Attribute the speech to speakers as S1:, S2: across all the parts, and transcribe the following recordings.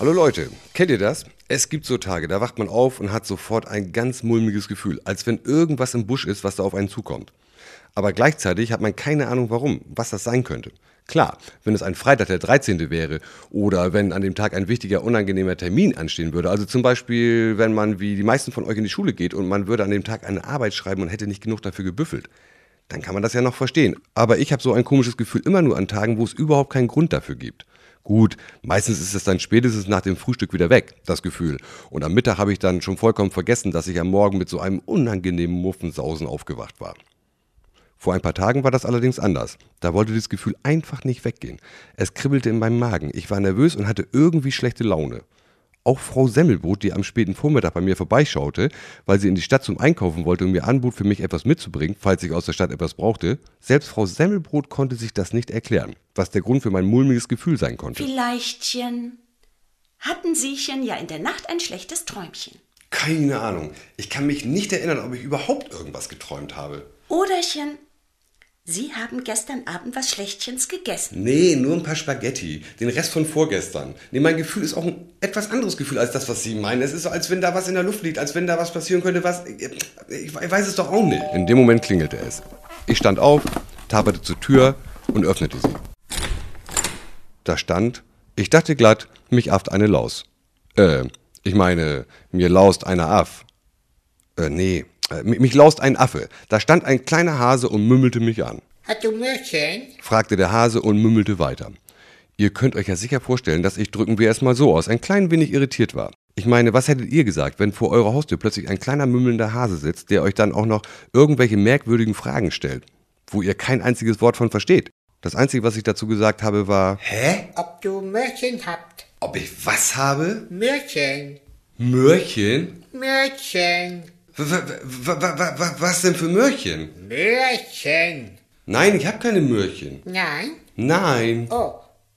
S1: Hallo Leute, kennt ihr das? Es gibt so Tage, da wacht man auf und hat sofort ein ganz mulmiges Gefühl, als wenn irgendwas im Busch ist, was da auf einen zukommt. Aber gleichzeitig hat man keine Ahnung warum, was das sein könnte. Klar, wenn es ein Freitag der 13. wäre oder wenn an dem Tag ein wichtiger, unangenehmer Termin anstehen würde, also zum Beispiel, wenn man wie die meisten von euch in die Schule geht und man würde an dem Tag eine Arbeit schreiben und hätte nicht genug dafür gebüffelt, dann kann man das ja noch verstehen. Aber ich habe so ein komisches Gefühl immer nur an Tagen, wo es überhaupt keinen Grund dafür gibt. Gut, meistens ist es dann spätestens nach dem Frühstück wieder weg, das Gefühl. Und am Mittag habe ich dann schon vollkommen vergessen, dass ich am Morgen mit so einem unangenehmen Muffensausen aufgewacht war. Vor ein paar Tagen war das allerdings anders. Da wollte dieses Gefühl einfach nicht weggehen. Es kribbelte in meinem Magen. Ich war nervös und hatte irgendwie schlechte Laune. Auch Frau Semmelbrot, die am späten Vormittag bei mir vorbeischaute, weil sie in die Stadt zum Einkaufen wollte und mir anbot, für mich etwas mitzubringen, falls ich aus der Stadt etwas brauchte, selbst Frau Semmelbrot konnte sich das nicht erklären, was der Grund für mein mulmiges Gefühl sein konnte.
S2: Vielleichtchen hatten Siechen ja in der Nacht ein schlechtes Träumchen.
S1: Keine Ahnung. Ich kann mich nicht erinnern, ob ich überhaupt irgendwas geträumt habe.
S2: Oderchen, Sie haben gestern Abend was Schlechtchens gegessen.
S1: Nee, nur ein paar Spaghetti. Den Rest von vorgestern. Nee, mein Gefühl ist auch ein etwas anderes Gefühl als das, was Sie meinen. Es ist so, als wenn da was in der Luft liegt, als wenn da was passieren könnte, was. Ich, ich weiß es doch auch nicht. In dem Moment klingelte es. Ich stand auf, taperte zur Tür und öffnete sie. Da stand, ich dachte glatt, mich afft eine Laus. Äh, ich meine, mir laust einer Aff. Äh, nee, äh, mi- mich laust ein Affe. Da stand ein kleiner Hase und mümmelte mich an.
S3: Hat du Möhrchen?
S1: fragte der Hase und mümmelte weiter. Ihr könnt euch ja sicher vorstellen, dass ich, drücken wir es mal so aus, ein klein wenig irritiert war. Ich meine, was hättet ihr gesagt, wenn vor eurer Haustür plötzlich ein kleiner mümmelnder Hase sitzt, der euch dann auch noch irgendwelche merkwürdigen Fragen stellt, wo ihr kein einziges Wort von versteht? Das Einzige, was ich dazu gesagt habe, war,
S3: Hä? Ob du Möhrchen habt?
S1: ob ich was habe?
S3: Möhrchen.
S1: Möhrchen?
S3: Möhrchen.
S1: Was denn für Möhrchen?
S3: Möhrchen.
S1: Nein, ich habe keine Möhrchen.
S3: Nein?
S1: Nein.
S3: Oh,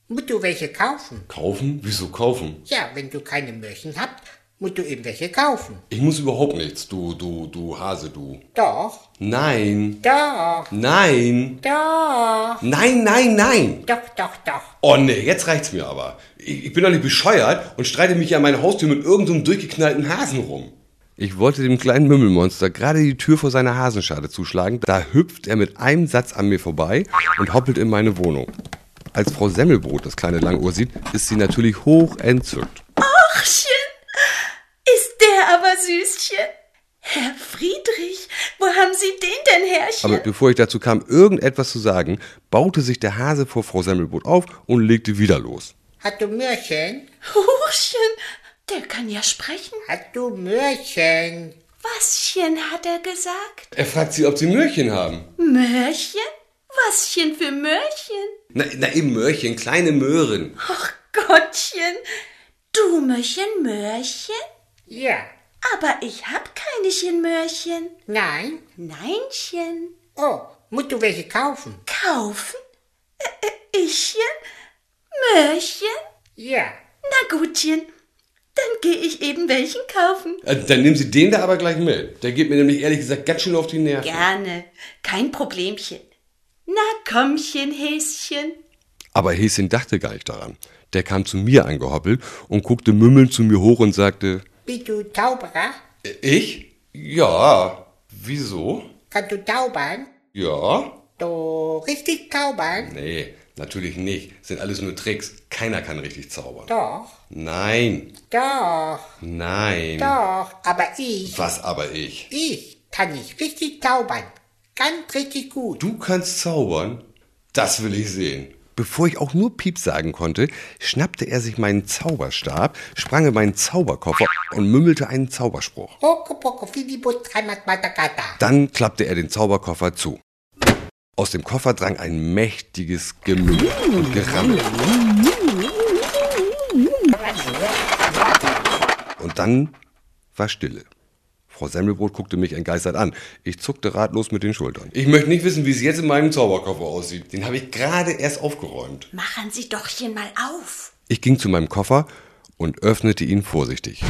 S3: musst du welche kaufen?
S1: Kaufen? Wieso kaufen?
S3: Ja, wenn du keine Möhrchen habt, musst du eben welche kaufen.
S1: Ich muss überhaupt nichts, du, du, du Hase, du.
S3: Doch,
S1: Nein,
S3: doch,
S1: nein,
S3: doch.
S1: nein, nein, nein.
S3: Doch, doch, doch.
S1: Oh nee, jetzt reicht's mir aber. Ich, ich bin doch nicht bescheuert und streite mich an meine Haustür mit irgendeinem durchgeknallten Hasen rum. Ich wollte dem kleinen Mümmelmonster gerade die Tür vor seiner Hasenschale zuschlagen, da hüpft er mit einem Satz an mir vorbei und hoppelt in meine Wohnung. Als Frau Semmelbrot das kleine Langohr sieht, ist sie natürlich hoch entzückt.
S2: Achchen, ist der aber süßchen. Herr Friedrich, wo haben Sie den denn, Herrchen?
S1: Aber bevor ich dazu kam, irgendetwas zu sagen, baute sich der Hase vor Frau Semmelbrot auf und legte wieder los.
S3: Hat du Möhrchen?
S2: Huchen, der kann ja sprechen.
S3: Hat du Möhrchen?
S2: Waschen hat er gesagt?
S1: Er fragt sie, ob sie Möhrchen haben.
S2: Möhrchen? Waschen für Möhrchen?
S1: Na, na eben Möhrchen, kleine Möhren.
S2: Ach Gottchen, du Möhrchen, Möhrchen?
S3: Ja.
S2: Aber ich hab keinechen Möhrchen.
S3: Nein?
S2: Neinchen.
S3: Oh, musst du welche kaufen?
S2: Kaufen? Ä- ä- Ichchen? Möhrchen?
S3: Ja.
S2: Na gutchen, dann geh ich eben welchen kaufen.
S1: Äh, Dann nehmen Sie den da aber gleich mit. Der geht mir nämlich ehrlich gesagt ganz schön auf die Nerven.
S2: Gerne, kein Problemchen. Na kommchen, Häschen.
S1: Aber Häschen dachte gar nicht daran. Der kam zu mir angehoppelt und guckte mümmelnd zu mir hoch und sagte,
S3: Bist du Zauberer?
S1: "Äh, ich? Ja. Wieso?
S3: Kannst du zaubern?
S1: Ja.
S3: Du richtig zaubern?
S1: Nee, natürlich nicht. Sind alles nur Tricks. Keiner kann richtig zaubern.
S3: Doch,
S1: Nein,
S3: doch,
S1: Hm. nein.
S3: doch. Aber ich,
S1: Was aber ich?
S3: ich kann nicht richtig zaubern. Ganz richtig gut.
S1: Du kannst zaubern? Das will ich sehen. Bevor ich auch nur Piep sagen konnte, schnappte er sich meinen Zauberstab, sprang in meinen Zauberkoffer und mümmelte einen Zauberspruch.
S3: Poco poco filibus heimat matakata.
S1: Dann klappte er den Zauberkoffer zu. Aus dem Koffer drang ein mächtiges Gemümmel und Gerammel. Und dann war Stille. Frau Semmelbrot guckte mich entgeistert an. Ich zuckte ratlos mit den Schultern. Ich möchte nicht wissen, wie es jetzt in meinem Zauberkoffer aussieht. Den habe ich gerade erst aufgeräumt.
S2: Machen Sie dochchen mal auf.
S1: Ich ging zu meinem Koffer und öffnete ihn vorsichtig.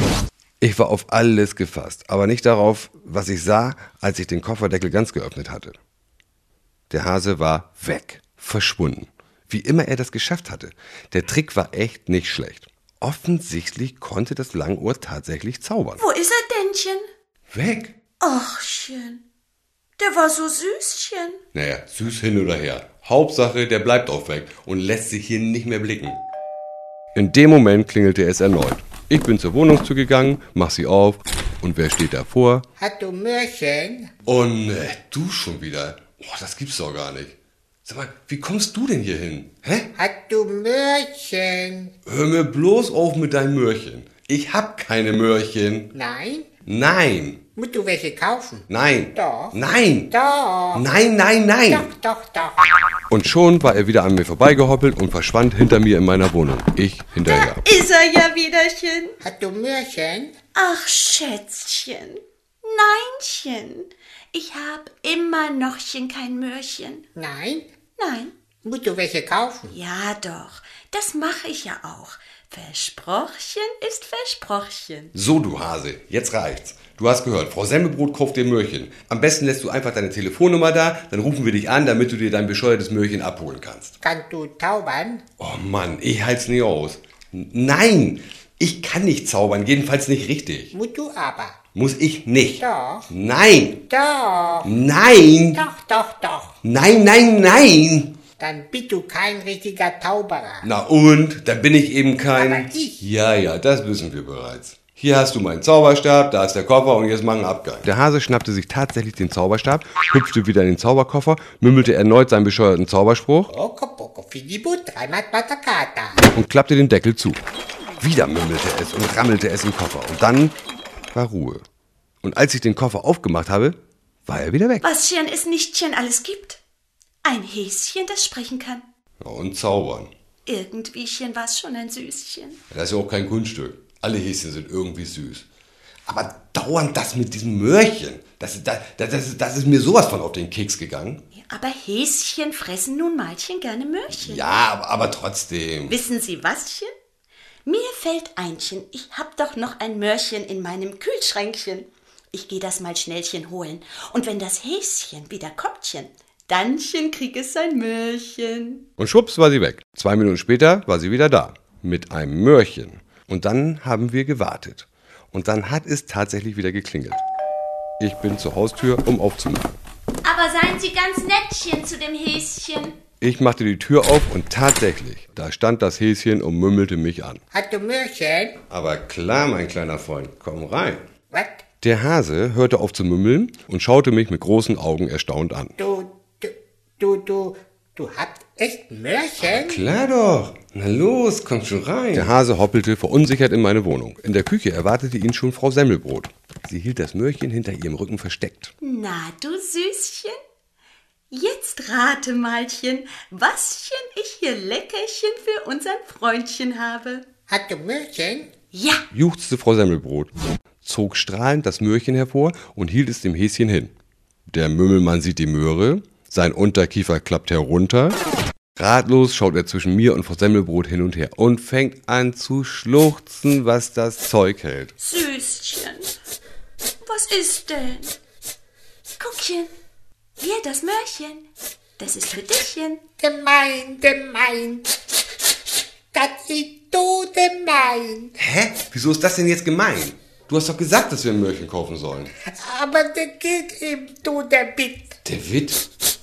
S1: Ich war auf alles gefasst, aber nicht darauf, was ich sah, als ich den Kofferdeckel ganz geöffnet hatte. Der Hase war weg, verschwunden, wie immer er das geschafft hatte. Der Trick war echt nicht schlecht. Offensichtlich konnte das Langohr tatsächlich zaubern.
S2: Wo ist er dennchen?
S1: Weg!
S2: Achchen. Der war so süßchen.
S1: Naja, süß hin oder her. Hauptsache, der bleibt auch weg und lässt sich hier nicht mehr blicken. In dem Moment klingelte es erneut. Ich bin zur Wohnungstür gegangen, mach sie auf und wer steht davor?
S3: Hat du Möhrchen?
S1: Oh ne, du schon wieder. Oh, das gibt's doch gar nicht. Sag mal, wie kommst du denn hier hin? Hä?
S3: Hat du Möhrchen?
S1: Hör mir bloß auf mit deinem Möhrchen. Ich hab keine Möhrchen.
S3: Nein?
S1: Nein,
S3: Musst du welche kaufen?
S1: nein,
S3: Doch.
S1: nein,
S3: Doch.
S1: nein, nein, nein.
S3: Doch, doch, doch.
S1: Und schon war er wieder an mir vorbeigehoppelt und verschwand hinter mir in meiner Wohnung. Ich hinterher.
S2: Ist er ja wiederchen.
S3: Hat du Möhrchen?
S2: Ach, Schätzchen. Neinchen. Ich hab immer nochchen kein Möhrchen.
S3: Nein?
S2: Nein.
S3: Musst du welche kaufen?
S2: Ja doch, das mache ich ja auch. Versprochen ist Versprochen.
S1: So, du Hase, jetzt reicht's. Du hast gehört, Frau Semmelbrot kauft dir Möhrchen. Am besten lässt du einfach deine Telefonnummer da, dann rufen wir dich an, damit du dir dein bescheuertes Möhrchen abholen kannst.
S3: Kannst du zaubern?
S1: Oh Mann, ich halt's nie aus. N- Nein, ich kann nicht zaubern, jedenfalls nicht richtig.
S3: Musst du aber.
S1: Muss ich nicht.
S3: Doch.
S1: Nein, Hm.
S3: Doch.
S1: nein,
S3: Doch, doch, doch.
S1: nein, nein, nein.
S3: Dann bist du kein richtiger Zauberer.
S1: Na und, dann bin ich eben kein...
S3: Aber ich-
S1: Ja, ja, das wissen wir bereits. Hier hast du meinen Zauberstab, da ist der Koffer und jetzt machen Abgang. Der Hase schnappte sich tatsächlich den Zauberstab, hüpfte wieder in den Zauberkoffer, mümmelte erneut seinen bescheuerten Zauberspruch
S3: Oco poco figibu, dreimal Patacata.
S1: und klappte den Deckel zu. Wieder mümmelte es und rammelte es im Koffer und dann war Ruhe. Und als ich den Koffer aufgemacht habe, war er wieder weg.
S2: Waschen es nichtchen alles gibt. Ein Häschen, das sprechen kann.
S1: Und zaubern.
S2: Irgendwiechen war es schon ein Süßchen.
S1: Das ist ja auch kein Kunststück. Alle Häschen sind irgendwie süß. Aber dauernd das mit diesem Möhrchen, das, das, das, das, das ist mir sowas von auf den Keks gegangen.
S2: Aber Häschen fressen nun malchen gerne Möhrchen.
S1: Ja, aber, aber trotzdem.
S2: Wissen Sie waschen? Mir fällt einchen, ich hab doch noch ein Möhrchen in meinem Kühlschränkchen. Ich geh das mal schnellchen holen. Und wenn das Häschen wieder kommtchen, dannchen krieg es sein Möhrchen.
S1: Und schwupps war sie weg. Zwei Minuten später war sie wieder da. Mit einem Möhrchen. Und dann haben wir gewartet. Und dann hat es tatsächlich wieder geklingelt. Ich bin zur Haustür, um aufzumachen.
S4: Aber seien Sie ganz nettchen zu dem Häschen.
S1: Ich machte die Tür auf und tatsächlich, da stand das Häschen und mümmelte mich an.
S3: Hat du Möhrchen?
S1: Aber klar, mein kleiner Freund, komm rein.
S3: Was?
S1: Der Hase hörte auf zu mümmeln und schaute mich mit großen Augen erstaunt an.
S3: Du, du, du, du, du habt echt Möhrchen?
S1: Klar doch. Na los, komm schon rein. Der Hase hoppelte verunsichert in meine Wohnung. In der Küche erwartete ihn schon Frau Semmelbrot. Sie hielt das Möhrchen hinter ihrem Rücken versteckt.
S2: Na, du Süßchen? Jetzt rate malchen, waschen ich hier Leckerchen für unseren Freundchen habe.
S3: Hat du Möhrchen?
S2: Ja,
S1: Juchzte Frau Semmelbrot, zog strahlend das Möhrchen hervor und hielt es dem Häschen hin. Der Mümmelmann sieht die Möhre, sein Unterkiefer klappt herunter. Ratlos schaut er zwischen mir und Frau Semmelbrot hin und her und fängt an zu schluchzen, was das Zeug hält.
S2: Süßchen. Was ist denn?
S4: Guckchen, hier das Möhrchen.
S2: Das ist für dichchen.
S3: Gemein, gemein. Das ist du gemein.
S1: Hä? Wieso ist das denn jetzt gemein? Du hast doch gesagt, dass wir ein Möhrchen kaufen sollen.
S3: Aber das gilt eben du der Bit.
S1: Der Witt?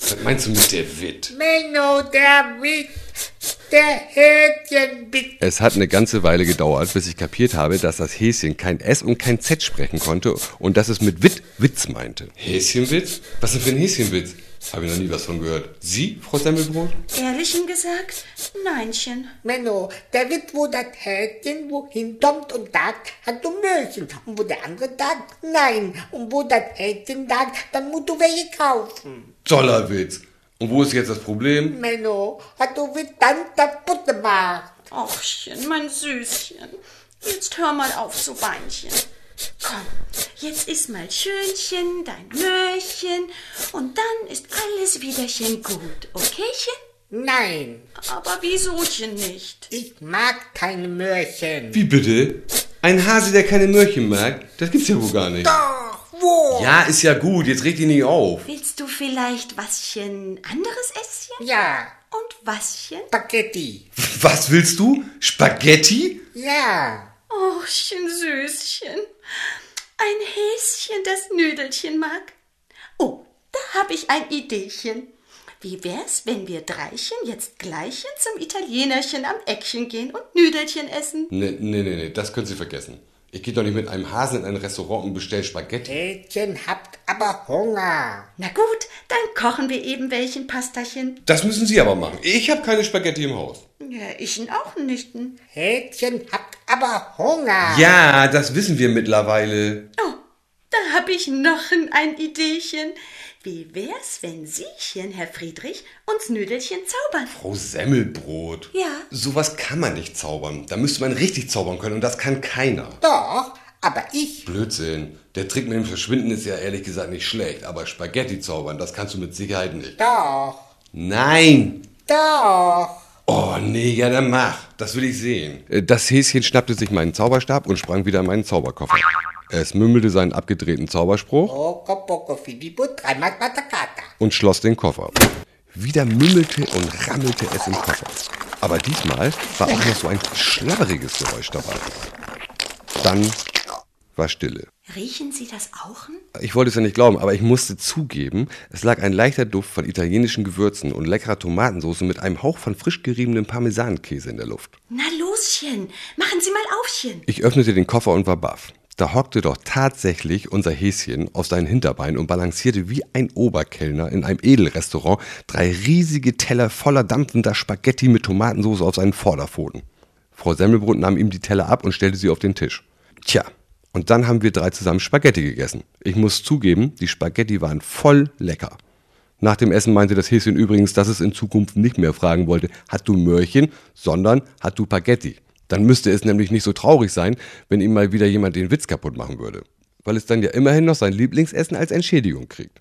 S1: Was meinst du mit der Witt?
S3: Menno der Wit. Der Hähnchenbit.
S1: Es hat eine ganze Weile gedauert, bis ich kapiert habe, dass das Häschen kein S und kein Z sprechen konnte und dass es mit Witt Witz meinte. Häschenwitz? Was denn für ein Häschenwitz? Habe ich noch nie was von gehört. Sie, Frau Semmelbrot?
S2: Ehrlichen gesagt, neinchen.
S3: Menno, der Wit, wo das Hähnchen wohin kommt und sagt, hat du Möhrchen. Und wo der andere sagt, nein. Und wo das Hähnchen sagt, dann musst du welche kaufen.
S1: Dollarwitz. Und wo ist jetzt das Problem?
S3: Menno, hat du Wit dann kaputt gemacht.
S2: Ochchen, mein Süßchen. Jetzt hör mal auf zu beinchen. Komm, jetzt isst mal Schönchen, dein Möhrchen und dann ist alles wiederchen gut, okaychen?
S3: Nein,
S2: Aber wiesochen nicht?
S3: ich mag keine Möhrchen.
S1: Wie bitte? Ein Hase, der keine Möhrchen mag? Das gibt's ja wohl gar nicht.
S3: Doch, wo?
S1: Ja, ist ja gut. Jetzt reg dich nicht auf.
S2: Willst du vielleicht waschen anderes Esschen?
S3: Ja,
S2: Und waschen?
S3: Spaghetti.
S1: Was willst du? Spaghetti?
S3: Ja,
S2: Ochchen, Süßchen. Ein Häschen, das Nüdelchen mag. Oh, da hab ich ein Ideechen. Wie wär's, wenn wir Dreichen jetzt gleichen zum Italienerchen am Eckchen gehen und Nüdelchen essen?
S1: Nee, nee, nee, nee, das können Sie vergessen. Ich gehe doch nicht mit einem Hasen in ein Restaurant und bestell Spaghetti.
S3: Mädchen habt aber Hunger.
S2: Na gut, dann kochen wir eben welchen Pastachen.
S1: Das müssen Sie aber machen. Ich habe keine Spaghetti im Haus.
S2: Ja, ich auch nicht. Oh,
S3: Mädchen habt aber Hunger.
S1: Ja, das wissen wir mittlerweile.
S2: Oh, da hab ich noch ein- ein Ideechen. Wie wär's, wenn Siechen, Herr Friedrich, uns Nüdelchen zaubern?
S1: Frau Semmelbrot.
S2: Ja.
S1: Sowas kann man nicht zaubern. Da müsste man richtig zaubern können und das kann keiner.
S3: Doch, aber ich.
S1: Blödsinn. Der Trick mit dem Verschwinden ist ja ehrlich gesagt nicht schlecht, aber Spaghetti zaubern, das kannst du mit Sicherheit nicht.
S3: Doch,
S1: Nein!
S3: doch.
S1: Oh nee, ja dann mach. Das will ich sehen. Äh, Das Häschen schnappte sich meinen Zauberstab und sprang wieder in meinen Zauberkoffer. Es mümmelte seinen abgedrehten Zauberspruch
S3: Poco, poco, fibibo, dreimal patacata.
S1: und schloss den Koffer. Wieder mümmelte und rammelte es im Koffer. Aber diesmal war auch noch so ein schlabberiges Geräusch dabei. Dann war Stille.
S2: Riechen Sie das auch?
S1: Ich wollte es ja nicht glauben, aber ich musste zugeben, es lag ein leichter Duft von italienischen Gewürzen und leckerer Tomatensauce mit einem Hauch von frisch geriebenem Parmesankäse in der Luft.
S2: Na loschen, machen Sie mal aufchen.
S1: Ich öffnete den Koffer und war baff. Da hockte doch tatsächlich unser Häschen auf seinen Hinterbeinen und balancierte wie ein Oberkellner in einem Edelrestaurant drei riesige Teller voller dampfender Spaghetti mit Tomatensauce auf seinen Vorderpfoten. Frau Semmelbrot nahm ihm die Teller ab und stellte sie auf den Tisch. Tja, und dann haben wir drei zusammen Spaghetti gegessen. Ich muss zugeben, die Spaghetti waren voll lecker. Nach dem Essen meinte das Häschen übrigens, dass es in Zukunft nicht mehr fragen wollte, hat du Möhrchen, sondern hat du Spaghetti. Dann müsste es nämlich nicht so traurig sein, wenn ihm mal wieder jemand den Witz kaputt machen würde. Weil es dann ja immerhin noch sein Lieblingsessen als Entschädigung kriegt.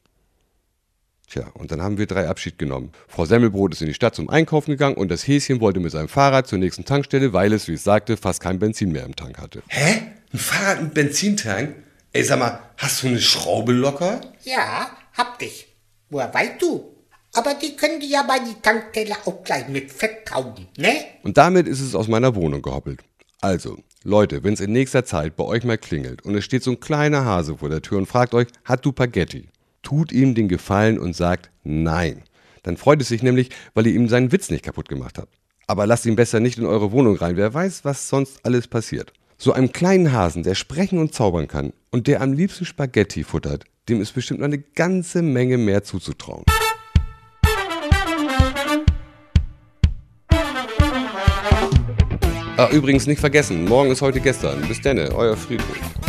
S1: Tja, und dann haben wir drei Abschied genommen. Frau Semmelbrot ist in die Stadt zum Einkaufen gegangen und das Häschen wollte mit seinem Fahrrad zur nächsten Tankstelle, weil es, wie es sagte, fast kein Benzin mehr im Tank hatte. Hä? Ein Fahrrad mit Benzintank? Ey, sag mal, hast du eine Schraube locker?
S3: Ja, hab ich. Woher weißt du? Aber die können dir ja bei die Tankstelle auch gleich mit vertrauen, ne?
S1: Und damit ist es aus meiner Wohnung gehoppelt. Also, Leute, wenn es in nächster Zeit bei euch mal klingelt und es steht so ein kleiner Hase vor der Tür und fragt euch, hat du Spaghetti? Tut ihm den Gefallen und sagt nein. Dann freut es sich nämlich, weil ihr ihm seinen Witz nicht kaputt gemacht habt. Aber lasst ihn besser nicht in eure Wohnung rein, wer weiß, was sonst alles passiert. So einem kleinen Hasen, der sprechen und zaubern kann und der am liebsten Spaghetti futtert, dem ist bestimmt noch eine ganze Menge mehr zuzutrauen. Ah, übrigens nicht vergessen, morgen ist heute gestern. Bis denne, euer Friedhof.